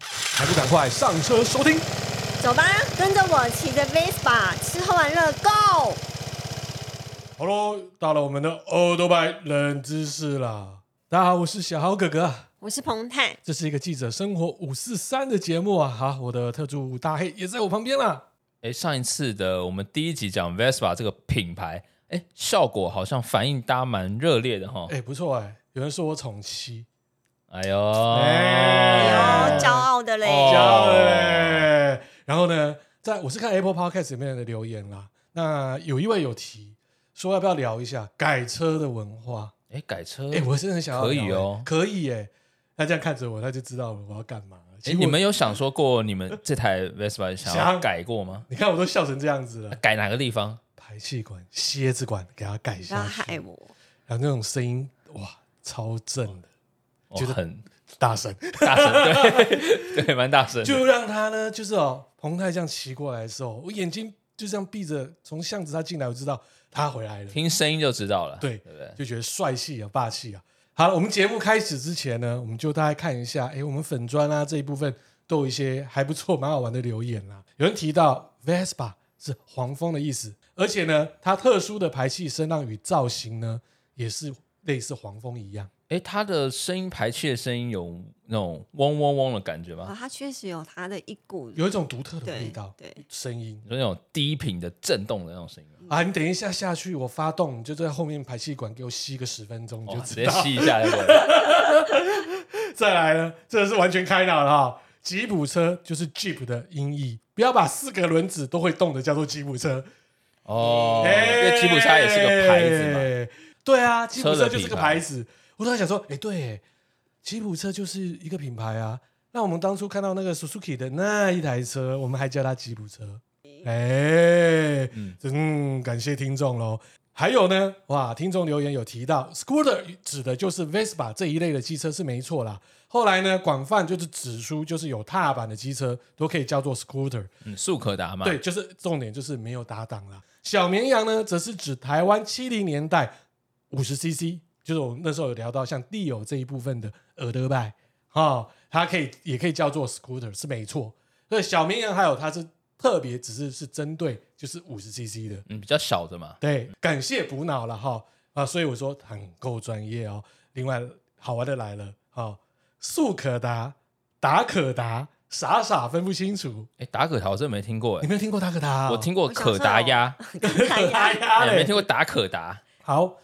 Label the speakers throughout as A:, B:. A: 还不赶快上车收听？
B: 走吧，跟着我骑着 Vespa，吃喝玩乐 Go！
A: 好喽，到了我们的欧多拜冷知识啦！大家好，我是小豪哥哥啊，
B: 我是彭泰，
A: 这是一个记者生活五四三的节目啊。好，我的特助大黑也在我旁边啦。
C: 哎，上一次的我们第一集讲 Vespa 这个品牌，哎，效果好像反应大家蛮热烈的哈。
A: 哎，不错哎，有人说我宠妻，
C: 哎呦，
B: 哎
A: 哎
B: 呦，骄傲的嘞
C: 哦，
A: 骄傲嘞。然后呢，在我是看 Apple Podcast 里面的留言啦，那有一位有提说要不要聊一下改车的文化。
C: 哎，改车，
A: 哎、我真的很想要
C: 可以
A: 聊欸
C: 哦
A: 可以哎、他这样看着我，他就知道我要干嘛了。其
C: 哎，
A: 实我
C: 你们有想说过你们这台 Vespa 想要
A: 想
C: 改过吗？呃
A: 你看我都笑成这样子了，
C: 改哪个地方？
A: 排气管、蝎子管给他改
B: 不要
A: 下去，
B: 害我。
A: 然后那种声音哇，超正的，
C: 哦
A: 觉得
C: 很
A: 大声，
C: 大声，对 对，蛮大声的。
A: 就让他呢，就是哦，彭泰这样骑过来的时候，我眼睛就这样闭着，从巷子他进来，我知道他回来了，
C: 听声音就知道了，
A: 对
C: 对不对？
A: 就觉得帅气啊、霸气啊。好了，我们节目开始之前呢，我们就大概看一下，哎，我们粉砖啊这一部分都有一些还不错、蛮好玩的留言啦。有人提到 Vespa 是黄蜂的意思，而且呢，它特殊的排气声浪与造型呢，也是类似黄蜂一样。
C: 哎，它的声音排气的声音有那种嗡嗡嗡的感觉
B: 啊，
C: 吗？
B: 他确实有他的一股
A: 有一种独特的味
B: 对
A: 道，
B: 对，
A: 声音
C: 你说那种低频的震动的那种声音吗？
A: 啊！你等一下下去，我发动，你就在后面排气管给我吸个十分钟，你就
C: 哦，
A: 知
C: 直
A: 道
C: 接吸 一下那个，
A: 再来呢，这是完全开脑了哈。吉普车就是 Jeep 的音译，不要把四个轮子都会动的叫做吉普车。
C: 哦，因
A: 哎
C: 为吉普车也是个牌子嘛。
A: 对啊，吉普车就是
C: 车的
A: 个
C: 品牌
A: 牌子。我突然想说，哎、对，吉普车就是一个品牌啊。那我们当初看到那个 Suzuki 的那一台车，我们还叫它吉普车。哎、
C: 嗯
A: 嗯，感谢听众喽。还有呢，哇，听众留言有提到，scooter 指的就是 Vespa 这一类的机车是没错啦。后来呢，广泛就是指出，就是有踏板的机车都可以叫做 scooter。
C: 嗯，速可达嘛，
A: 对，，就是重点就是没有搭档啦。小绵羊呢，则是指台湾七零年代五十 CC，就是我们那时候有聊到像地友这一部分的耳德拜哦，它可以也可以叫做 scooter 是没错。所以小绵羊还有它是特别只是是针对就是五十 CC 的，
C: 嗯，比较小的嘛，
A: 对，感谢补脑了哈啊，所以我说很够专业哦。另外好玩的来了，哦，速可达、达可达，傻傻分不清楚。
C: 哎，达可达我真的没听过
A: 你
C: 哎，
A: 没有听过达可达、哦？
C: 我听过可达鸭，
B: 哎
A: 哎
B: 呀，
A: 呀
C: 哎没
A: 嘞
C: 听过达可达，
A: 好，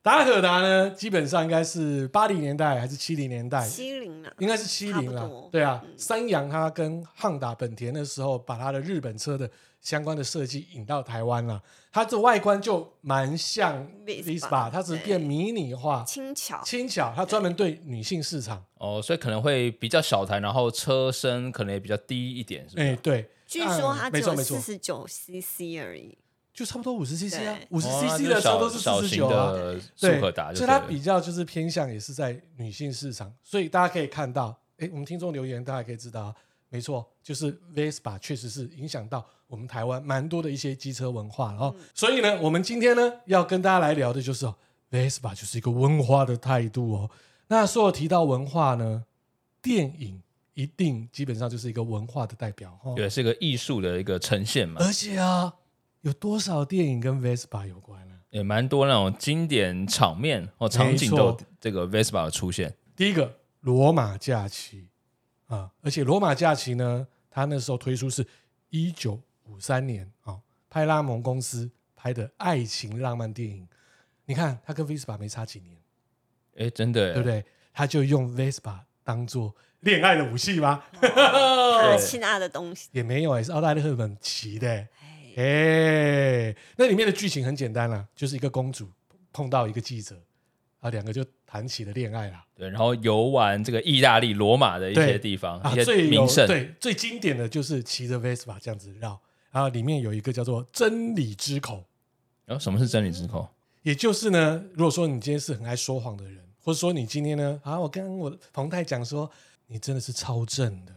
A: 达可达呢，基本上应该是八零年代还是七零年代，
B: 欺凌啊了，
A: 应该是七零
B: 差
A: 啦
B: 不多。嗯
A: 对啊，三洋他跟汉达本田的时候，把他的日本车的相关的设计引到台湾了。它的外观就蛮像
B: Vespa，
A: Vespa，它只是变迷你化、
B: 轻巧，
A: 轻巧，它专门对女性市场。
C: 哦，所以可能会比较小台，然后车身可能也比较低一点，是吧？
A: 哎，对，
B: 据说它
A: 嗯
B: 只
A: 没错
B: 有
A: 没错
B: 四，十九 CC 而已。
A: 就差不多五十 CC 啊
B: 对，
A: 五十
C: 哦那
A: CC
C: 就
A: 的车
C: 小
A: 都是
C: 小
A: 四十九
C: 型
A: 啊。
C: 的速
A: 对，
C: 可达就
A: 所
C: 对
A: 以它
C: 了，
A: 比较就是偏向也是在女性市场，所以大家可以看到，哎，我们听众留言大家可以知道啊，没错，就是 Vespa 确实是影响到我们台湾蛮多的一些机车文化了哦。所以呢，我们今天呢要跟大家来聊的就是、哦、Vespa 就是一个文化的态度哦。那所有提到文化呢，电影一定基本上就是一个文化的代表哦。
C: 对，是个艺术的一个呈现嘛，
A: 而且啊，有多少电影跟 Vespa 有关呢、
C: 也蛮多那种经典场面哦，场景
A: 没
C: 都
A: 错
C: 有这个 Vespa 的出现。
A: 第一个罗马假期啊，而且罗马假期呢，它那时候推出是一九五三年啊，派拉蒙公司拍的爱情浪漫电影。你看，它跟 Vespa 没差几年，
C: 哎，真的耶，
A: 对不对？它就用 Vespa 当做恋爱的武器吗？
B: 帕奇纳的东西，
A: 也没有、欸，是奥黛丽·赫本骑的、欸。
B: 哎，
A: 哎、那里面的剧情很简单啦、就是一个公主碰到一个记者，啊，两个就谈起了恋爱啦。
C: 对，然后游玩这个意大利罗马的一
A: 对
C: 些地方，
A: 啊，
C: 一些
A: 最有
C: 名胜，
A: 对最经典的就是骑着 Vespa 这样子绕，然后里面有一个叫做真理之口，
C: 然后哦什么是真理之口？
A: 也就是呢，如果说你今天是很爱说谎的人，或者说你今天呢，啊，我跟我彭泰讲说你真的是超正的，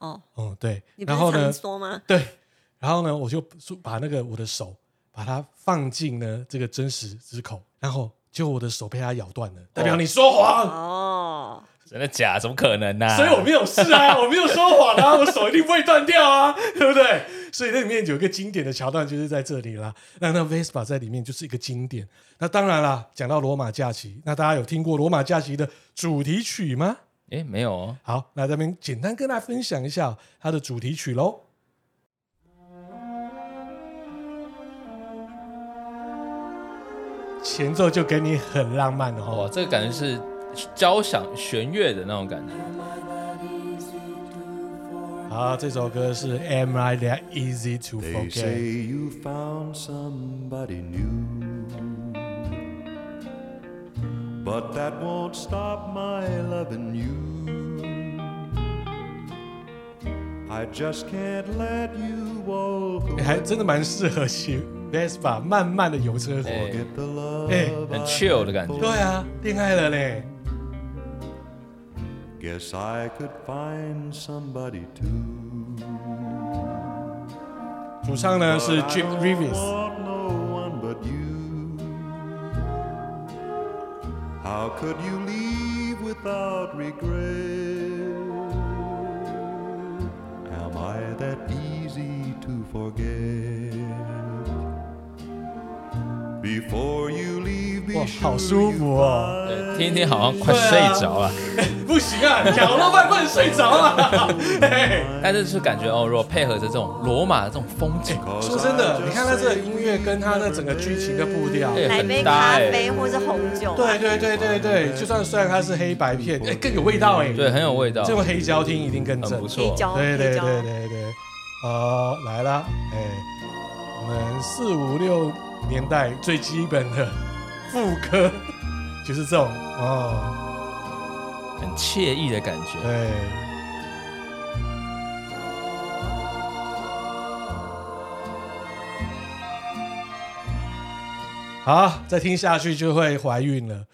B: 哦，
A: 嗯，对，
B: 你不
A: 然
B: 是
A: 后
B: 常
A: 呢，
B: 说吗？
A: 对，然后呢，我就把那个我的手把它放进呢这个
C: 哦
A: 嗯真实之口，然后就我的手被它咬断了，代表你说谎，
B: 哦，
C: 真的假？怎么可能呢、
A: 所以我没有事啊，我没有说谎啊，我手一定不会断掉啊，对不对？所以那里面有一个经典的桥段就是在这里啦。那那 Vespa 在里面就是一个经典。那当然啦，讲到罗马假期，那大家有听过罗马假期的主题曲吗？
C: 哎，没有哦，
A: 好，那这边简单跟大家分享一下它的主题曲喽。前奏就给你很浪漫的
C: 哇，
A: 哦，
C: 这个感觉是交响弦乐的那种感觉。
A: 好，这首歌是 Am I That Easy to
D: They say
A: Forget？
D: you found somebody new. But that won't stop my loving you. I just can't let you walk
A: 欸
D: away.
A: 还真的蛮适合骑 Vespa 慢慢的油车活。
C: 哎，
D: Get the love
A: Hey.
D: I
C: 很 chill 的感觉。
A: 对啊，恋爱了嘞，
D: Guess I could find somebody too.
A: 主唱呢是 Jim
D: I don't
A: Reeves。
D: want no one but you. How could you leave without regret? Am I that easy to forget? Before you leave, be
A: 哇，好
D: sure
A: 舒
D: you
A: 服哦！
C: 对听一听好像快睡着了，
A: 不行啊，讲了半不能睡着 啊。嘿
C: 但是就是感觉哦，如果配合着这种罗马的这种风景，
A: 说真的，你看他这个音乐跟他那整个剧情的步调，
C: 哎
B: 来杯
C: 很搭
B: 咖
C: 哎
B: 啡或是红酒，啊
A: 对对对对对，就算虽然它是黑白片，哎，更有味道哎。
C: 对，，很有味道
A: 这，种黑胶听一定更
C: 很
A: 正
C: 不。
B: 黑
C: 错。
B: 胶，
A: 对对
B: 黑胶，
A: 对对对，好，来啦，哎，我们四五六年代最基本的副歌就是这种哦，
C: 很惬意的感觉。
A: 对。好，再听下去就会怀孕了。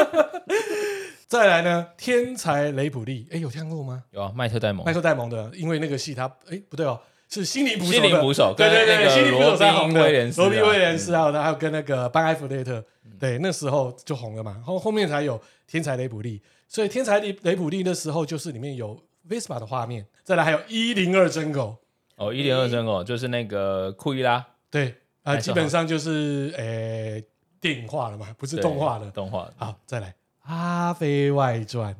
A: 再来呢，天才雷普利，哎，有看过吗？
C: 有啊，麦特戴蒙
A: 麦，克戴蒙的，因为那个戏他哎不对哦，是心灵捕手的，
C: 心灵捕手
A: 对对
C: 跟那
A: 对，
C: 个
A: 心灵捕手
C: 罗宾
A: 才红的，
C: 威廉斯啊嗯
A: 罗宾威廉斯啊，然后还有跟那个班艾弗雷特，对，那时候就红了嘛，后后面才有天才雷普利，所以天才雷雷普利那时候就是里面有 Vespa 的画面，再来还有一零二真狗，
C: 哦，一点二真哦，就是那个库伊拉
A: 对，啊、
C: 那时
A: 基
C: 候
A: 本上就是诶、电影化了嘛，不是动画
C: 对
A: 了。
C: 动画。
A: 好，再来《阿飞外传》，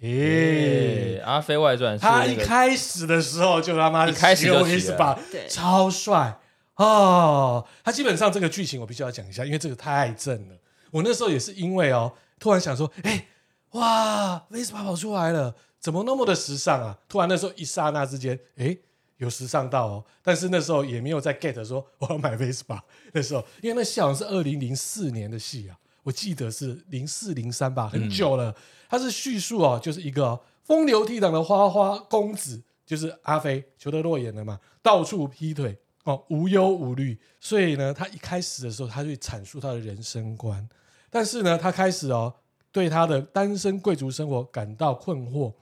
A: 诶、
C: 对，《阿飞外传》是
A: 他
C: 那
A: 一
C: 个
A: 开始的时候就他妈的
C: 一开始就起了
A: s 吧，
B: 对
A: 超帅哦！他基本上这个剧情我必须要讲一下，因为这个太正了。我那时候也是因为哦，突然想说，哎、哇，Vespa 跑出来了，怎么那么的时尚啊？突然那时候一刹那之间，哎、有时尚到哦，但是那时候也没有在 get 说我要买 Vespa。那时候，因为那戏好像是二零零四年的戏啊，我记得是零四零三吧，很久了。它是叙述哦，就是一个、风流倜傥的花花公子，就是阿飞裘德洛演的嘛，到处劈腿哦，无忧无虑。所以呢，他一开始的时候，他去阐述他的人生观，但是呢，他开始哦，对他的单身贵族生活感到困惑，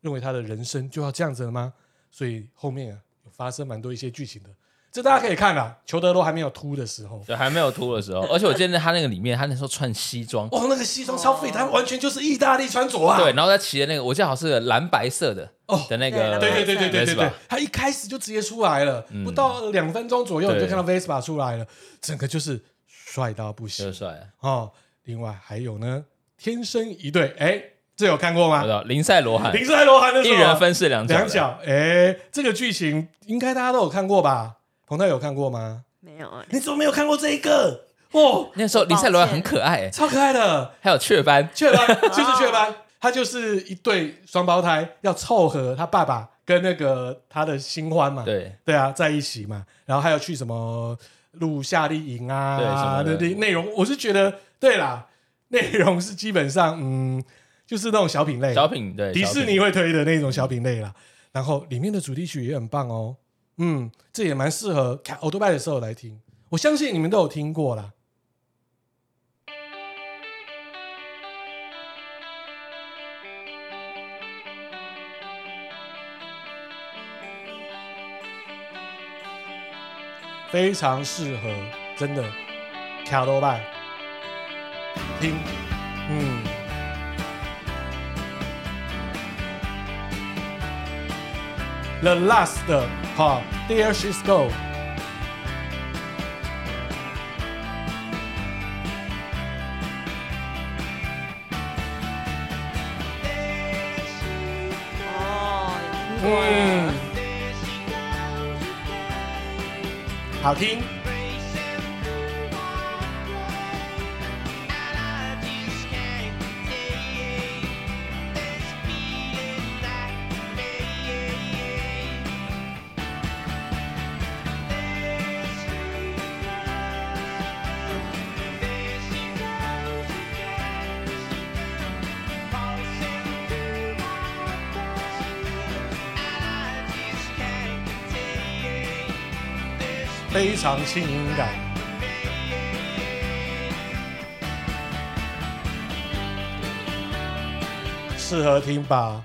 A: 认为他的人生就要这样子了吗？所以后面啊，有发生蛮多一些剧情的，这大家可以看啊，裘德洛还没有秃的时候。
C: 就还没有秃的时候，而且我记得他那个里面，他那时候穿西装，
A: 哇，那个西装超费，他完全就是意大利穿着啊！
C: 对，然后他骑的那个，我记得好像是蓝白色的
A: 哦
C: 的那个，
A: 对对对对对对
C: Vespa
A: 对，他一开始就直接出来了，不到两分钟左右你就
C: 嗯对
A: 看到 Vespa 出来了，整个就是帅到不
C: 就是
A: 行
C: 帅，
A: 哦。另外还有呢，天生一对，哎，这有看过
C: 我知
A: 吗？
C: 道林赛罗汉，
A: 林赛罗韩的
C: 一
A: 时候啊
C: 人分饰两角，
A: 两，角，哎，这个剧情应该大家都有看过吧？彭泰有看过吗？
B: 没有哎，
A: 你怎么没有看过这一个？哦，
C: 那时候林赛罗汉很可爱，
A: 超可爱的，
C: 还有雀斑，
A: 雀 斑就是雀斑，他就是一对双胞胎要凑合他爸爸跟那个他的新欢嘛，
C: 对，
A: 对啊，在一起嘛，然后还有去什么录夏令营
C: 对什
A: 啊
C: 么，的
A: 对内容，我是觉得对啦，内容是基本上嗯，就是那种小品类，
C: 小品对，
A: 迪
C: 小品
A: 士尼会推的那种小品类啦。然后里面的主题曲也很棒哦，嗯，这也蛮适合开 o 多拜的时候来听，我相信你们都有听过啦。非常适合，真的，卡罗拜，听，嗯， The Last 的哈，There She's Go。
E: 哦，
A: 嗯，好听。非常轻盈感。适合听吧？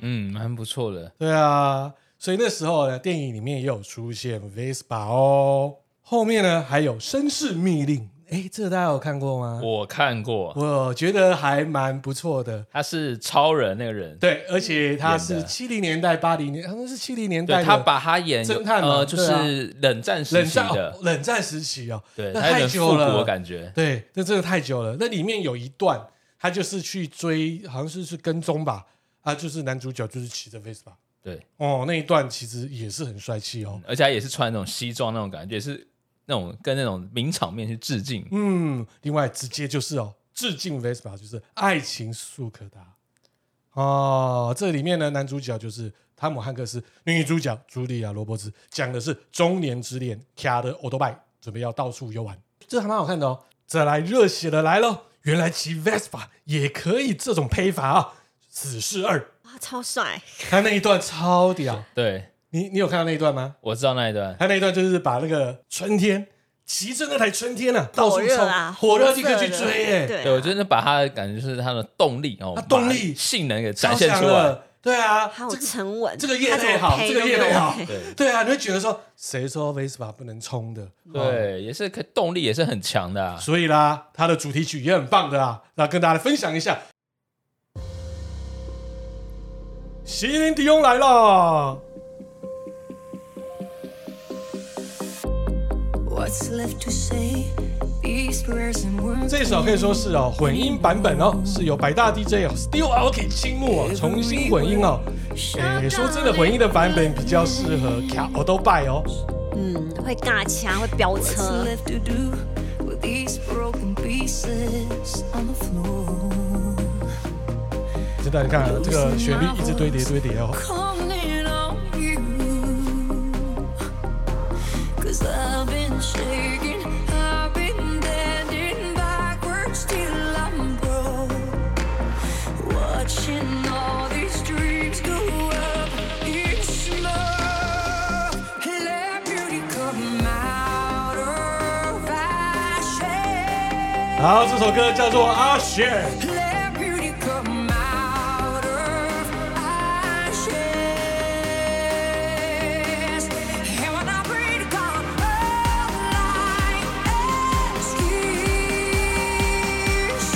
C: 嗯，蛮不错的。
A: 对啊，所以那时候呢，电影里面也有出现 Vespa 哦。后面呢还有《绅士密令》，哎，这个大家有看过吗？
C: 我看过，
A: 我觉得还蛮不错的。
C: 他是超人那个人，
A: 对，而且它
C: 演
A: 是
C: 的
A: 七零年代、八零年，好像是七零年代
C: 对
A: 的
C: 他把他演
A: 侦探嘛
C: 呃，就
A: 对啊
C: 是冷战时
A: 冷
C: 期
A: 战哦
C: 的，
A: 冷战时期哦，
C: 对，
A: 那
C: 他有
A: 太
C: 点
A: 久
C: 复古
A: 了
C: 的，感觉。
A: 对，那真的太久了。那里面有一段，他就是去追，好像是去跟踪吧，啊，就是男主角就是骑着 Vespa，
C: 对，
A: 哦，那一段其实也是很帅气哦。
C: 而且他也是穿那种西装那种感觉，也是那种跟那种名场面去致敬。
A: 嗯，另外直接就是哦，致敬 Vespa 就是爱情速可达。哦，这里面呢，男主角就是汤姆汉克斯，女主角茱莉亚罗伯兹，讲的是中年之恋，卡的 o d o b i 准备要到处游玩，这还蛮好看的哦。再来热血的来喽，原来骑 Vespa 也可以这种配法啊！死侍二，
B: 哇，超帅！
A: 他那一段超屌，
C: 对，
A: 你你有看到那一段吗？
C: 我知道那一段。
A: 他那一段就是把那个春天骑着那台春天啊，到处
B: 火热
A: 冲
B: 啊，
A: 火热立刻
B: 色
A: 去
B: 的
A: 追哎、
B: 对啊，
C: 对，我觉得把他的感觉就是他的动力哦，
A: 他动力
C: 把性能给
A: 超
C: 展现
A: 强
C: 出来。
A: 了。对啊，
B: 还有
A: 这个
B: 沉稳，
A: 这个业
B: 他怎么
A: 配好，
B: 配
A: 这个
B: 都
A: 业
B: 没
A: 配
B: 有
A: 好
B: 配，
C: 对
A: 对啊，你会觉得说，谁说 Vespa 不能冲的？哦，
C: 对，也是可动力也是很强的、啊。
A: 所以啦，它的主题曲也很棒的啊，那跟大家分享一下。席琳迪翁来了，
F: What's left to say? These words and words
A: 这首可以说是哦混音版本哦，是由百大 DJ 哦 Steel Aoki 倾慕哦重新混音哦。诶，说真的，混音的版本比较适合 c a o d o b y 哦。
B: 嗯， 会尬掐，会飙
F: What's
B: 车，
F: left to do with these broken pieces on the floor?
A: 现在你看啊这个旋律一直堆叠堆叠哦。
F: Calling on you. Cause I've been shaking, I've been bending backwards till I'm broke. Watching all these dreams go up in smoke. Let beauty come out of ashes.
A: 好，这首歌叫做《阿雪》。
F: Let beauty come out of ashes. And when I pray to God, all I ask is,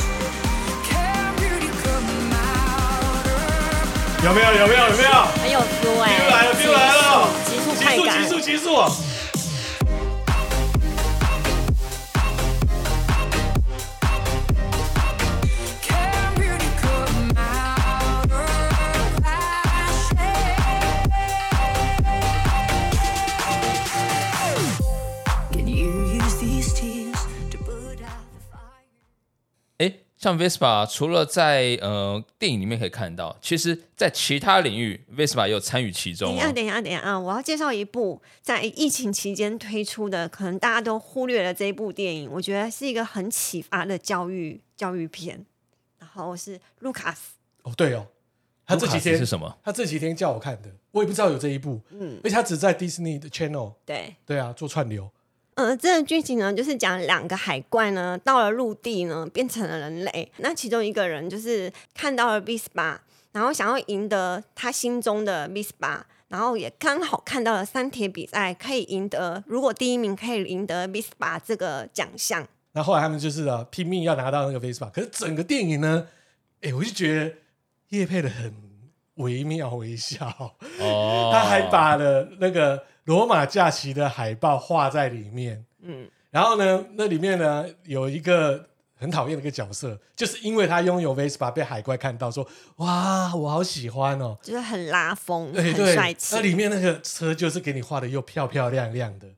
F: can beauty come out of
A: 有没有？有没有？有没有？
B: 很有 feel 哎、
A: 又来了，又来了！
B: 急速
A: 急
B: 快
A: 速，
B: 感
A: 急速，急速！
F: can beauty come out of ashes? Can you use these tears to put out the fire?
C: 诶，像 Vespa 除了在呃电影里面可以看到，其实在其他领域 Vespa 也有参与其
B: 等
C: 中、
B: 一下，
C: 哦。
B: 等一下，等一下啊！我要介绍一部在疫情期间推出的，可能大家都忽略了这一部电影，我觉得是一个很启发的教育教育片。然后是卢卡斯，
A: 哦，对哦，他这几
C: Lucas
A: 天
C: 是什么？
A: 他这几天叫我看的，我也不知道有这一部。嗯，而且他只在 Disney 的 Channel，
B: 对，
A: 对啊，做串流。
B: 呃，这个剧情呢，就是讲两个海怪呢到了陆地呢，变成了人类。那其中一个人就是看到了 Vespa，然后想要赢得他心中的 Vespa，然后也刚好看到了三铁比赛可以赢得，如果第一名可以赢得 Vespa 这个奖项。
A: 那后来他们就是啊，拼命要拿到那个 Vespa，可是整个电影呢，哎，我就觉得叶配的很惟妙惟肖，
C: 哦，
A: 他还把了那个罗马假期的海报画在里面。
B: 嗯，
A: 然后呢，那里面呢有一个很讨厌的一个角色，就是因为他拥有 Vespa 被海怪看到说，哇，我好喜欢哦。
B: 就是很拉风，
A: 对
B: 很
A: 哎对
B: 帅，
A: 那
B: 气。
A: 里面那个车就是给你画的又漂漂亮亮的，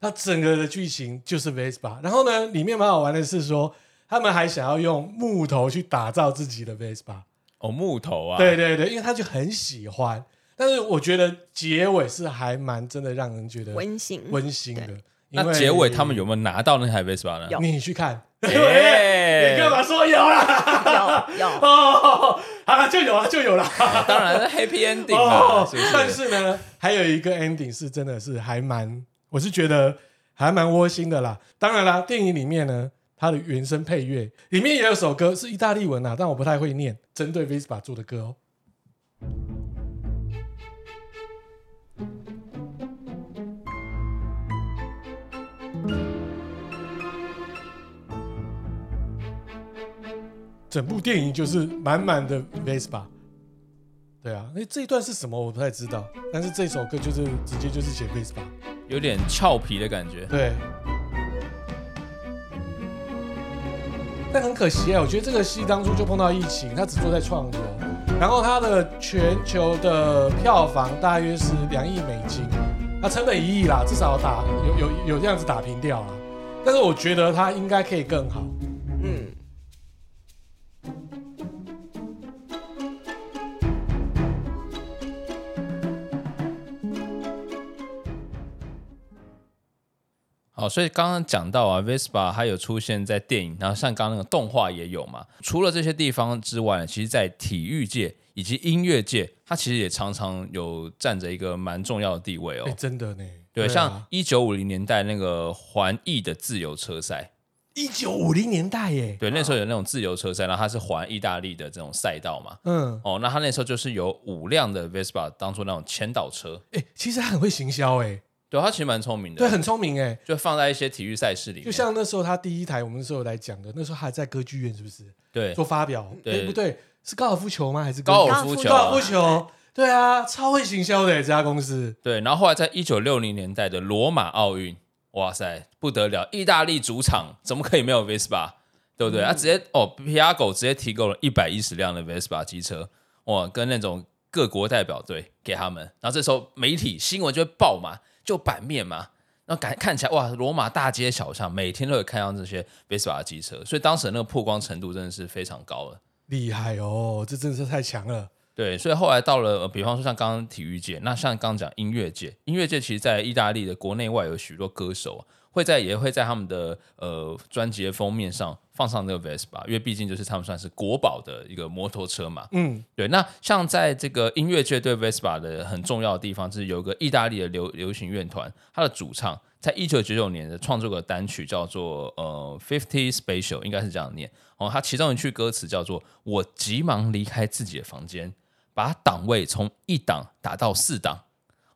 A: 那整个的剧情就是 Vespa。然后呢，里面蛮好玩的是说，他们还想要用木头去打造自己的 Vespa。
C: 哦木头啊，
A: 对对对，因为他就很喜欢。但是我觉得结尾是还蛮真的，让人觉得
B: 温馨，
A: 温馨的
B: 对。
A: 因
C: 那
A: 为
C: 结尾他们有没有拿到那台 Vespa 呢？
B: 有
A: 你去看，
C: 哎
A: 你干嘛说有啦？
B: 有有，
A: 哦，好了，就有了，就有了。
C: 当然是 Happy Ending 嘛，
A: 哦
C: 是不是？
A: 但是呢，还有一个 ending 是真的是还蛮，我是觉得还蛮窝心的啦。当然啦，电影里面呢，它的原声配乐里面也有首歌是意大利文啊，但我不太会念，针对 Vespa 做的歌哦。整部电影就是满满的 Vespa，对啊，那这一段是什么我不太知道，但是这首歌就是直接就是写 Vespa，
C: 有点俏皮的感觉。
A: 对。但很可惜啊，我觉得这个戏当初就碰到疫情，它只做在创作，然后它的全球的票房大约是两亿美金，它成本一亿啦，至少打有有有这样子打平掉啦。但是我觉得它应该可以更好，
B: 嗯，
C: 好，所以刚刚讲到啊，Vespa 它有出现在电影，然后像刚刚那个动画也有嘛。除了这些地方之外，其实在体育界以及音乐界，它其实也常常有占着一个蛮重要的地位哦
A: 哎、。真的呢。
C: 对，像
A: 啊
C: 一九五零年代那个环意的自由车赛，
A: 一九五零年代耶，
C: 对，那时候有那种自由车赛，然后它是环意大利的这种赛道嘛。
A: 嗯，
C: 哦，那他那时候就是有五辆的 Vespa 当做那种前导车，
A: 哎、其实他很会行销哎，
C: 对，他其实蛮聪明的，
A: 对，很聪明哎，
C: 就放在一些体育赛事里面，
A: 就像那时候他第一台，我们那时候来讲的，那时候还在歌剧院，是不是
C: 对
A: 做发表？
C: 对
A: 诶不对，是高尔夫球吗？还是歌
C: 高
A: 剧
C: 尔夫球
A: 高尔
C: 啊、
A: 夫球？对啊，超会行销的这家公司。
C: 对，然后后来在一九六零年代的罗马奥运，哇塞，不得了！意大利主场怎么可以没有 Vespa，对不对？他、直接哦，皮亚狗直接提供了一百一十辆的 Vespa 机车，哇，跟那种各国代表队给他们。然后这时候媒体新闻就会爆嘛，就版面嘛。然后感看起来哇，罗马大街小巷每天都有看到这些 Vespa 的机车，所以当时的那个曝光程度真的是非常高了。
A: 厉害哦，这真的是太强了。
C: 对，所以后来到了，呃比方说像刚刚体育界，那像刚刚讲音乐界，音乐界其实，在意大利的国内外有许多歌手啊会在也会在他们的呃专辑的封面上放上这个 Vespa，因为毕竟就是他们算是国宝的一个摩托车嘛。
A: 嗯，
C: 对，那像在这个音乐界对 Vespa 的很重要的地方，就是有一个意大利的流流行乐团，它的主唱在一九九九年的创作个单曲叫做呃 Fifty Special，应该是这样念哦。它其中一句歌词叫做“我急忙离开自己的房间，把档位从一档打到四档”。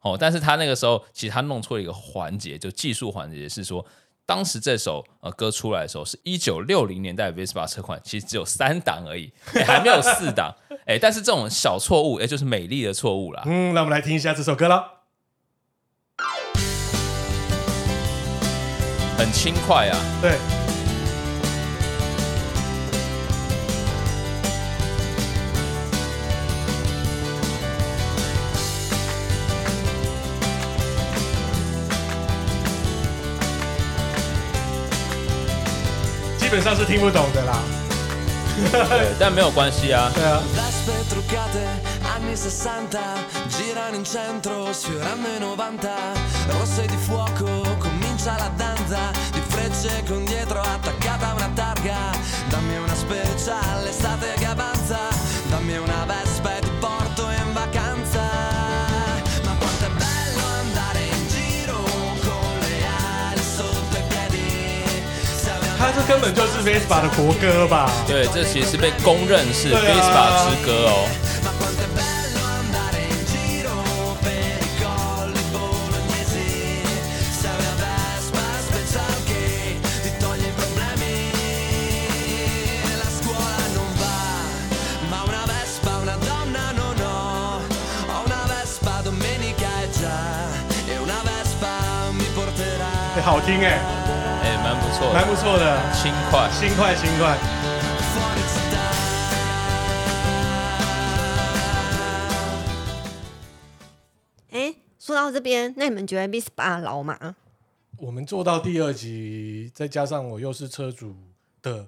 C: 哦，但是他那个时候其实他弄错了一个环节，就技术环节是说。当时这首呃歌出来的时候，是一九六零年代 Vespa 车款，其实只有三档而已，哎还没有四档。哎、但是这种小错误，哎、就是美丽的错误啦。
A: 嗯，那我们来听一下这首歌了。
C: 很轻快啊。
A: 对，基本上是听不懂的啦。
C: 对，但没有关系啊。
A: 对啊。
G: Vespe truccate, anni 60, girano in centro, sfiorando i 90, rosse di fuoco, comincia la danza, di frecce con dietro attaccata a una targa, dammi una speciale, l'estate che avanza, dammi una Vespa e ti porto in vacanza. Ma quanto è bello andare in giro con le ali sotto i piedi, se abbiamo
A: 他这根本就是 Vespa 的国歌吧？
C: 对，这其实是被公认是
A: 对啊
C: Vespa 之歌哦。
G: Ma quanto è bello andare in giro per i colli bolognesi Se hai una Vespa special che ti toglie i problemi La scuola non va, ma una Vespa una donna non ho città e una vespa mi porterà
A: 哎，好听哎，
C: 哎，蛮不错
A: 蛮
C: 的，
A: 不错的，
C: 轻快。
A: 新快新快。
G: fuori città.
B: 哎，说到这边，那你们觉得 V Spa 老吗？
A: 我们做到第二集，再加上我又是车主的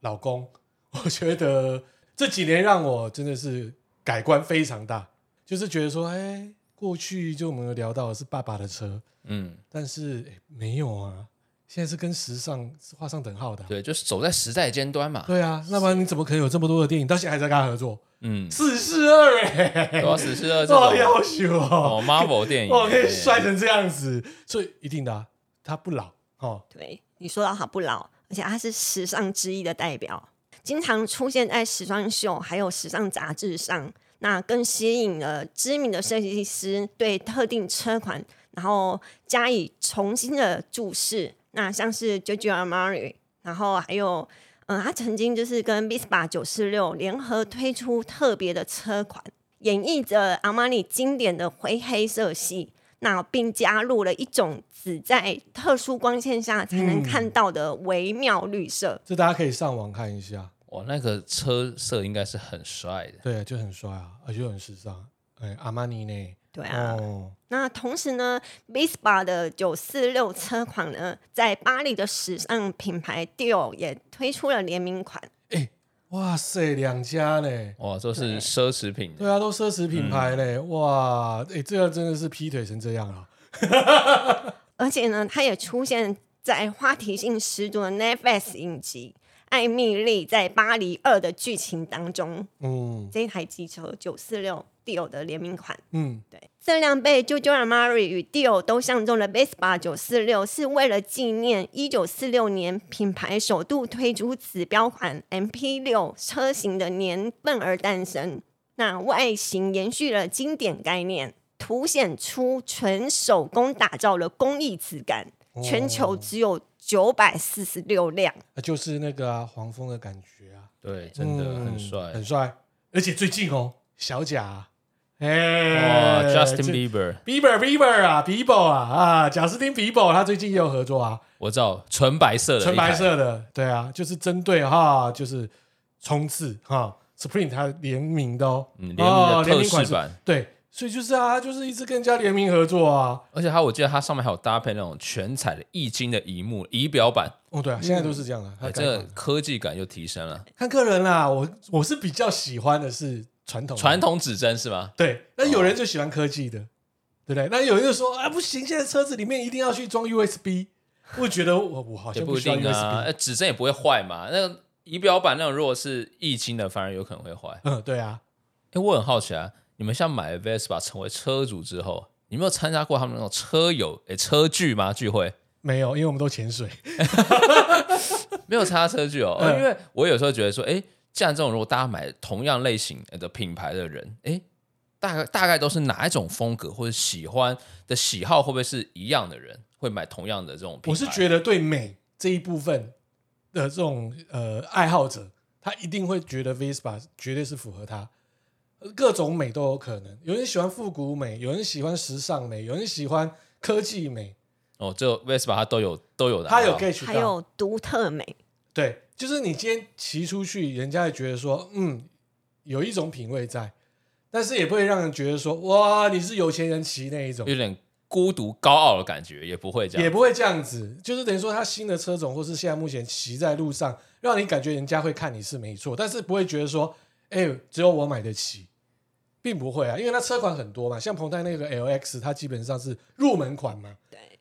A: 老公， 我觉得这几年让我真的是改观非常大，就是觉得说，哎，过去就我们有聊到的是爸爸的车，
C: 嗯，
A: 但是哎没有啊，现在是跟时尚是画上等号的啊、
C: 对，就是走在时代尖端嘛。
A: 对啊，那不然你怎么可能有这么多的电影到现在还在跟他合作？
C: 嗯，
A: 四四二哎，
C: 对啊，死侍二这
A: 好
C: 种
A: 要求哦
C: 哦，Marvel 哎电影，
A: 哦，可以
C: 对
A: 帅成这样子，所以一定的、啊，他不老哦。
B: 对，你说到好不老，而且他是时尚之一的代表，经常出现在时装秀还有时尚杂志上。那更吸引了知名的设计师对特定车款，然后加以重新的注释。那像是 Giorgio Armani，然后还有，嗯、他曾经就是跟 Bispa 九四六联合推出特别的车款，演绎着阿玛尼经典的灰黑色系，那并加入了一种只在特殊光线下才能看到的微妙绿色。
A: 这大家可以上网看一下，
C: 哇，那个车色应该是很帅的。
A: 对，就很帅啊，而且又很时尚。哎，阿玛尼呢？
B: 对啊，
A: 哦，
B: 那同时呢，Vespa 的九四六车款呢，在巴黎的时尚品牌 Dior 也推出了联名款。
A: 哇塞，两家呢？
C: 哇，都是奢侈品的
A: 对啊，都奢侈品牌呢。
C: 嗯
A: 哇，哎，这个真的是劈腿成这样啊！
B: 而且呢，它也出现在话题性十足的 Netflix 影集《艾蜜莉在巴黎二》的剧情当中。
A: 嗯
B: 这一台机车九四六 Dior 的联名款，
A: 嗯，
B: 对，这辆被 Giorgio Armani 与 Dior 都相中的 Vespa 九四六，是为了纪念一九四六年品牌首度推出指标款 MP 六车型的年份而诞生。那外形延续了经典概念，凸显出纯手工打造的工艺质感。
A: 哦
B: 全球只有九百四十六辆，
A: 啊就是那个啊，黄蜂的感觉啊，
C: 对，真的
A: 嗯
C: 很帅。
A: 很帅。而且最近哦，小贾啊，哎
C: 哇，Justin
A: 这
C: Bieber，
A: Bieber Bieber 啊，Bieber 啊啊，贾斯汀 Bieber 他最近也有合作啊，
C: 我知道，纯白色的，
A: 纯白，色的，对啊，就是针对哈，就是冲刺哈，Supreme 它联名的哦，
C: 嗯，联名
A: 哦
C: 的特
A: 名款
C: 仕
A: 式
C: 版，
A: 对，所以就是啊，它就是一直跟人家联名合作啊，
C: 而且它我记得它上面还有搭配那种全彩的易经的仪幕仪表板，
A: 哦，对啊，现在都是这样的，它
C: 哎，
A: 改
C: 这
A: 款
C: 个科技感又提升了。
A: 看个人啦，我我是比较喜欢的是传统的
C: 传统指针是吗？
A: 对，那有人就喜欢科技的，对不对？那有人就说啊，不行，现在车子里面一定要去装 USB，我觉得我我好
C: 也
A: 像
C: 不一
A: 需要
C: 定
A: USB，、
C: 啊，呃指针也不会坏嘛。那个仪表板那种如果是易经的，反而有可能会坏。
A: 嗯，对啊，
C: 哎，我很好奇啊，你们像买了 Vespa 成为车主之后，你没有参加过他们那种车友哎车聚吗？聚会？
A: 没有，因为我们都潜水，
C: 没有差车 距哦，
A: 嗯
C: 因为我有时候觉得说，哎，像这种如果大家买同样类型的品牌的人，哎，大概大概都是哪一种风格或者喜欢的喜好，会不会是一样的人会买同样的这种品牌？
A: 我是觉得对美这一部分的这种呃爱好者，他一定会觉得 Vespa 绝对是符合他，呃各种美都有可能。有人喜欢复古美，有人喜欢时尚美，有人喜欢科技美，
C: 哦，这 Vespa 它都有都有的，啊
A: 他有 get
B: 还
A: 到。
B: 有独特美。
A: 对，就是你今天骑出去，人家也觉得说，嗯，有一种品味在，但是也不会让人觉得说，哇，你是有钱人骑那一种
C: 有。点孤独高傲的感觉，也不会这
A: 也
C: 样。
A: 不会这样子，就是等于说他新的车种，或是现在目前骑在路上，让你感觉人家会看你是没错，但是不会觉得说，哎、只有我买得起，并不会啊，因为它车款很多嘛，像彭泰那个 LX，它基本上是入门款嘛，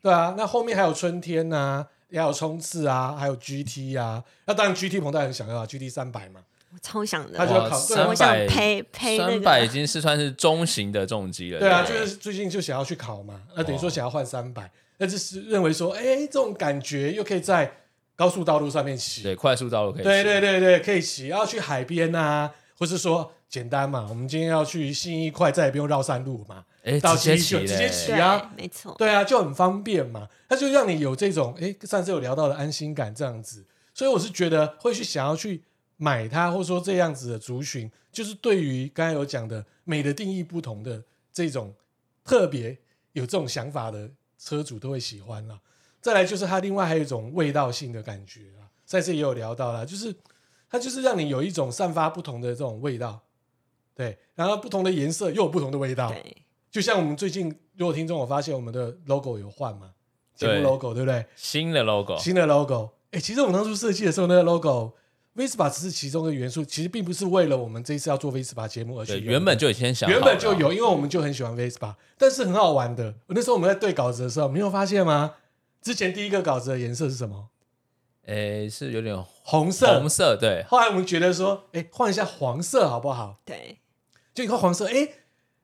A: 对，啊，那后面还有春天呐、也还有冲刺啊，还有 GT 啊，那当然 GT 彭泰很想要啊，GT 三百嘛，
B: 我超想的，
A: 他就要考对啊
B: 我
C: 三
B: 想
C: 百
B: 陪陪那
C: 三
B: 个
C: 百已经是算是中型的重机了。
A: 对哦啊，
C: 不
A: 就是最近就想要去考嘛，那等于说想要换三百，那就是认为说，哎、这种感觉又可以在高速道路上面骑，
C: 对快速道路可以骑。
A: 对对对对，可以骑，要去海边啊，或是说简单嘛，我们今天要去新一块，再也不用绕山路嘛，
C: 哎，
A: 到
C: 直接
A: 七
C: 骑
A: 九
C: 嘞，
A: 直接骑
B: 对
A: 啊，
B: 没错。
A: 对啊，就很方便嘛，它就让你有这种诶，上次有聊到的安心感这样子，所以我是觉得会去想要去买它，或者说这样子的族群，就是对于刚才有讲的美的定义不同的这种特别有这种想法的车主都会喜欢啦。再来就是它另外还有一种味道性的感觉啊，在这也有聊到啦，就是它就是让你有一种散发不同的这种味道，对，然后不同的颜色又有不同的味道，
B: 对，
A: 就像我们最近如果听众我发现我们的 logo 有换嘛，节
C: 对
A: 目 logo 对不对？
C: 新的 logo，
A: 新的 logo。哎、其实我们当初设计的时候，那个 logo Vespa 只是其中的元素，其实并不是为了我们这一次要做 Vespa 节目而去
C: 对，
A: 有的。
C: 原本就已经想好
A: 原
C: 了，
A: 本就有，因为我们就很喜欢 Vespa，但是很好玩的。那时候我们在对稿子的时候，你有发现吗？之前第一个稿子的颜色是什么？
C: 诶，哎是有点
A: 红色。
C: 红色，对，
A: 后来我们觉得说，哎、换一下黄色好不好？
B: 对，
A: 就你看黄色，哎、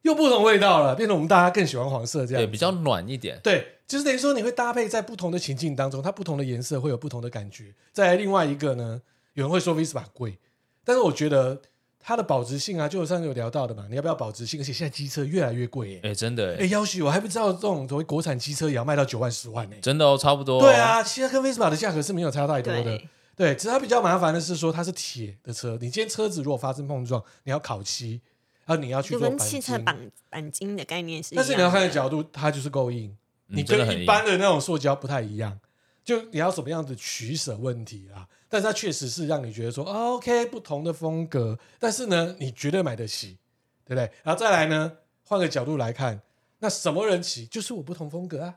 A: 又不同味道了，变成我们大家更喜欢黄色这样
C: 对，
A: 子。
C: 比较暖一点，
A: 对，就是等于说你会搭配在不同的情境当中，它不同的颜色会有不同的感觉。再来另外一个呢，有人会说 Vespa 贵，但是我觉得它的保值性啊，就我上次有聊到的嘛，你要不要保值性？而且现在机车越来越贵耶、
C: 诶，真的
A: 哎、
C: 耶，
A: 要许我还不知道这种所谓国产机车也要卖到九万十万呢、
C: 真的哦，差不多哦，
A: 对啊，其实跟 Vespa 的价格是没有差太多的
B: 对。
A: 对，只是它比较麻烦的是说它是铁的车，你今天车子如果发生碰撞，你要烤漆，然后你要去
B: 就
A: 做
B: 跟
A: 钣
B: 汽
A: 金。
B: 车钣钣金的概念是一
A: 但
B: 样的。
A: 是你要看的角度，它就是够硬，
C: 嗯
A: 你
C: 真的很
A: 跟一
C: 硬
A: 般的那种塑胶不太一样，就你要什么样的取舍问题啦。但是它确实是让你觉得说、哦、，OK，不同的风格，但是呢，你绝对买得起，对不对？然后再来呢，换个角度来看，那什么人骑？就是我不同风格啊，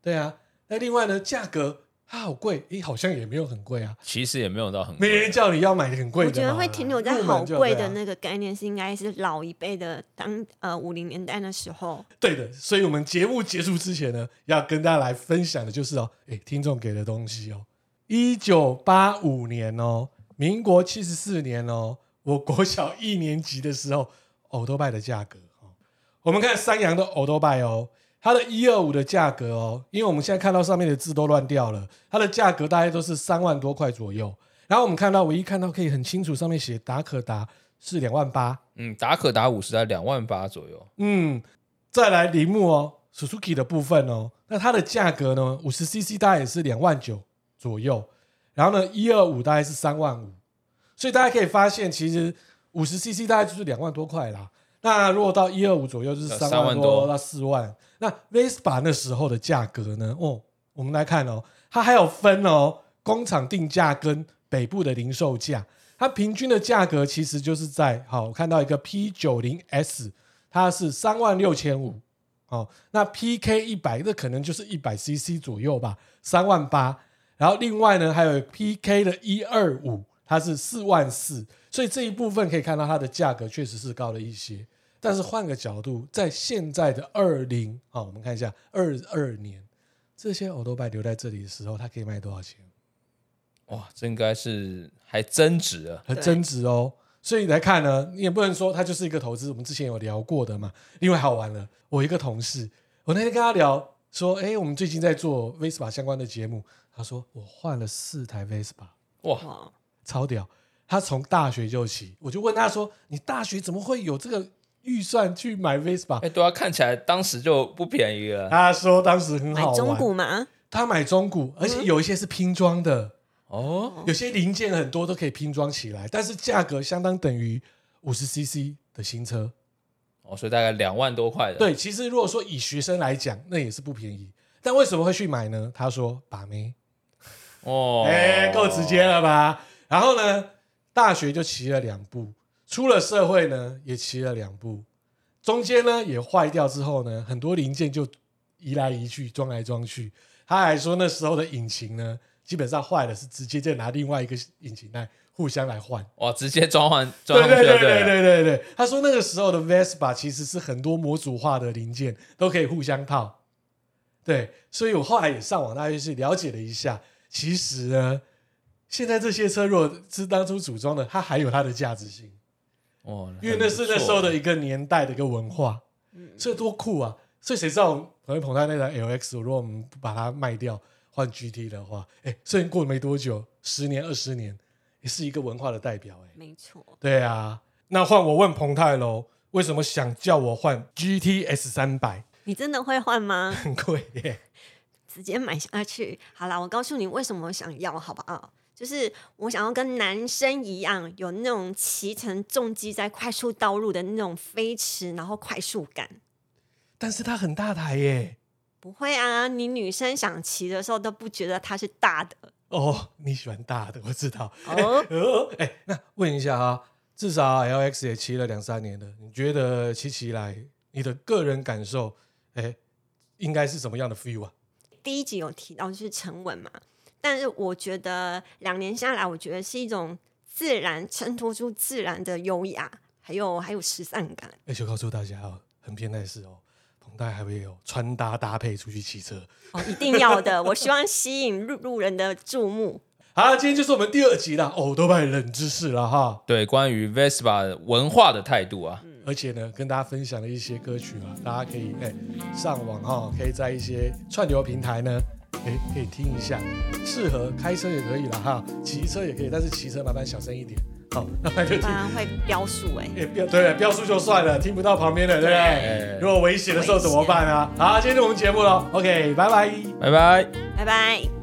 A: 对啊。那另外呢，价格它好贵，诶，好像也没有很贵啊，
C: 其实也没有到很
A: 没
C: 贵
A: 人叫你要买很贵的
B: 我
A: 嘛，
B: 觉得会停留在
A: 入
B: 好
A: 门就
B: 贵
A: 对
B: 的
A: 啊
B: 那个概念，是应该是老一辈的当呃五零年代的时候，
A: 对的，所以我们节目结束之前呢，要跟大家来分享的就是哦，诶，听众给的东西哦，一九八五年哦，民国七十四年哦，我国小一年级的时候，欧多拜的价格哦，我们看三洋的欧多拜哦，它的一二五的价格哦，因为我们现在看到上面的字都乱掉了，它的价格大概都是三万多块左右，然后我们看到唯一看到可以很清楚上面写达可达是两万八，
C: 嗯，达可达五十在两万八左右，
A: 嗯，再来铃木哦，Suzuki 的部分哦，那它的价格呢，五十 CC 大概也是两万九左右，然后呢，一二五大概是三万五，所以大家可以发现，其实五十 CC 大概就是两万多块啦。那如果到一二五左右，就是
C: 呃
A: 三
C: 3
A: 万
C: 万多
A: 多到四万。那 Vespa 那时候的价格呢？哦，我们来看哦，它还有分哦，工厂定价跟北部的零售价。它平均的价格其实就是在好，我看到一个 P 九零 S，它是三万六千五。哦，那 PK 一百，那可能就是一百 CC 左右吧，三万八。然后另外呢，还有 PK 的一二五，它是四万四，所以这一部分可以看到它的价格确实是高了一些。但是换个角度，在现在的二零啊，我们看一下二二年，这些 o l d b i 留在这里的时候，它可以卖多少钱？
C: 哇，这应该是还增值了，
A: 很增值哦。所以来看呢，你也不能说它就是一个投资，我们之前有聊过的嘛。另外好玩了，我一个同事，我那天跟他聊说，哎，我们最近在做 Vespa 相关的节目，他说我换了四台 Vespa，
C: 哇，
B: 哇，
A: 超屌。他从大学就骑，我就问他说，你大学怎么会有这个预算去买 Vespa？、
C: 哎，对啊，看起来当时就不便宜 了，
A: 他说当时很好
B: 买
A: 玩，
B: 中古嗯嘛，
A: 他买中古，而且有一些是拼装的。
C: 哦，
A: 有些零件很多都可以拼装起来，但是价格相当等于五十 CC 的新车。
C: 哦，所以大概两万多块
A: 嗯
C: 的，，
A: 对，其实如果说以学生来讲，那也是不便宜。但为什么会去买呢？他说把妹，
C: 哦，
A: 哎、够直接了吧？然后呢，大学就骑了两部，出了社会呢也骑了两部，中间呢也坏掉之后呢，很多零件就移来移去，装来装去。他还说那时候的引擎呢，基本上坏了是直接再拿另外一个引擎来互相来换。
C: 哇，哦直接装换装
A: 对
C: 上去
A: 对对
C: 就对
A: 对
C: 了，
A: 对对对，他说那个时候的 Vespa 其实是很多模组化的零件都可以互相套。对，所以我后来也上网大约是了解了一下，其实呢，现在这些车如果是当初组装的，它还有它的价值性，
C: 哦，
A: 因为那是那时候的
C: 很
A: 一个年代的一个文化，所以多酷啊！所以谁知道彭彭泰那台 LX，如果我们不把它卖掉换 GT 的话，哎，虽然过了没多久，十年二十年，也是一个文化的代表哎、
B: 没错，
A: 对啊，那换我问彭泰喽，为什么想叫我换 GTS 三百？
B: 你真的会换吗？
A: 很贵耶，
B: 直接买下去。好啦，我告诉你为什么我想要，好不好？就是我想要跟男生一样，有那种骑乘重机在快速道路的那种飞驰，然后快速感。
A: 但是它很大台耶。
B: 不会啊，你女生想骑的时候都不觉得它是大的
A: 哦，你喜欢大的，我知道。
B: 哦。
A: 呃，哎、那问一下啊，至少 LX 也骑了两三年了，你觉得骑起来你的个人感受，哎、应该是什么样的 feel 啊？
B: 第一集有提到就是沉稳嘛，但是我觉得两年下来，我觉得是一种自然衬托出自然的优雅，还有还有时尚感。
A: 而且告诉大家哦，很偏态是哦，彭泰还会有穿搭搭配出去骑车。
B: 哦，一定要的。我希望吸引路路人的注目。
A: 好了，今天就是我们第二集啦，哦，都拜冷知识了哈。
C: 对，关于 Vespa 文化的态度啊，
A: 而且呢，跟大家分享了一些歌曲啊，大家可以哎、上网哈、可以在一些串流平台呢，哎、可以听一下，适合开车也可以了哈，骑车也可以，但是骑车麻烦小声一点，好，那么就
B: 不
A: 听。
B: 然会飙速哎、
A: 也标对标数就算了，听不到旁边的，对不对
C: 对？
A: 如果危险的时候怎么办啊？好，今天就我们节目了，OK，拜拜。
C: 拜拜。
B: 拜拜。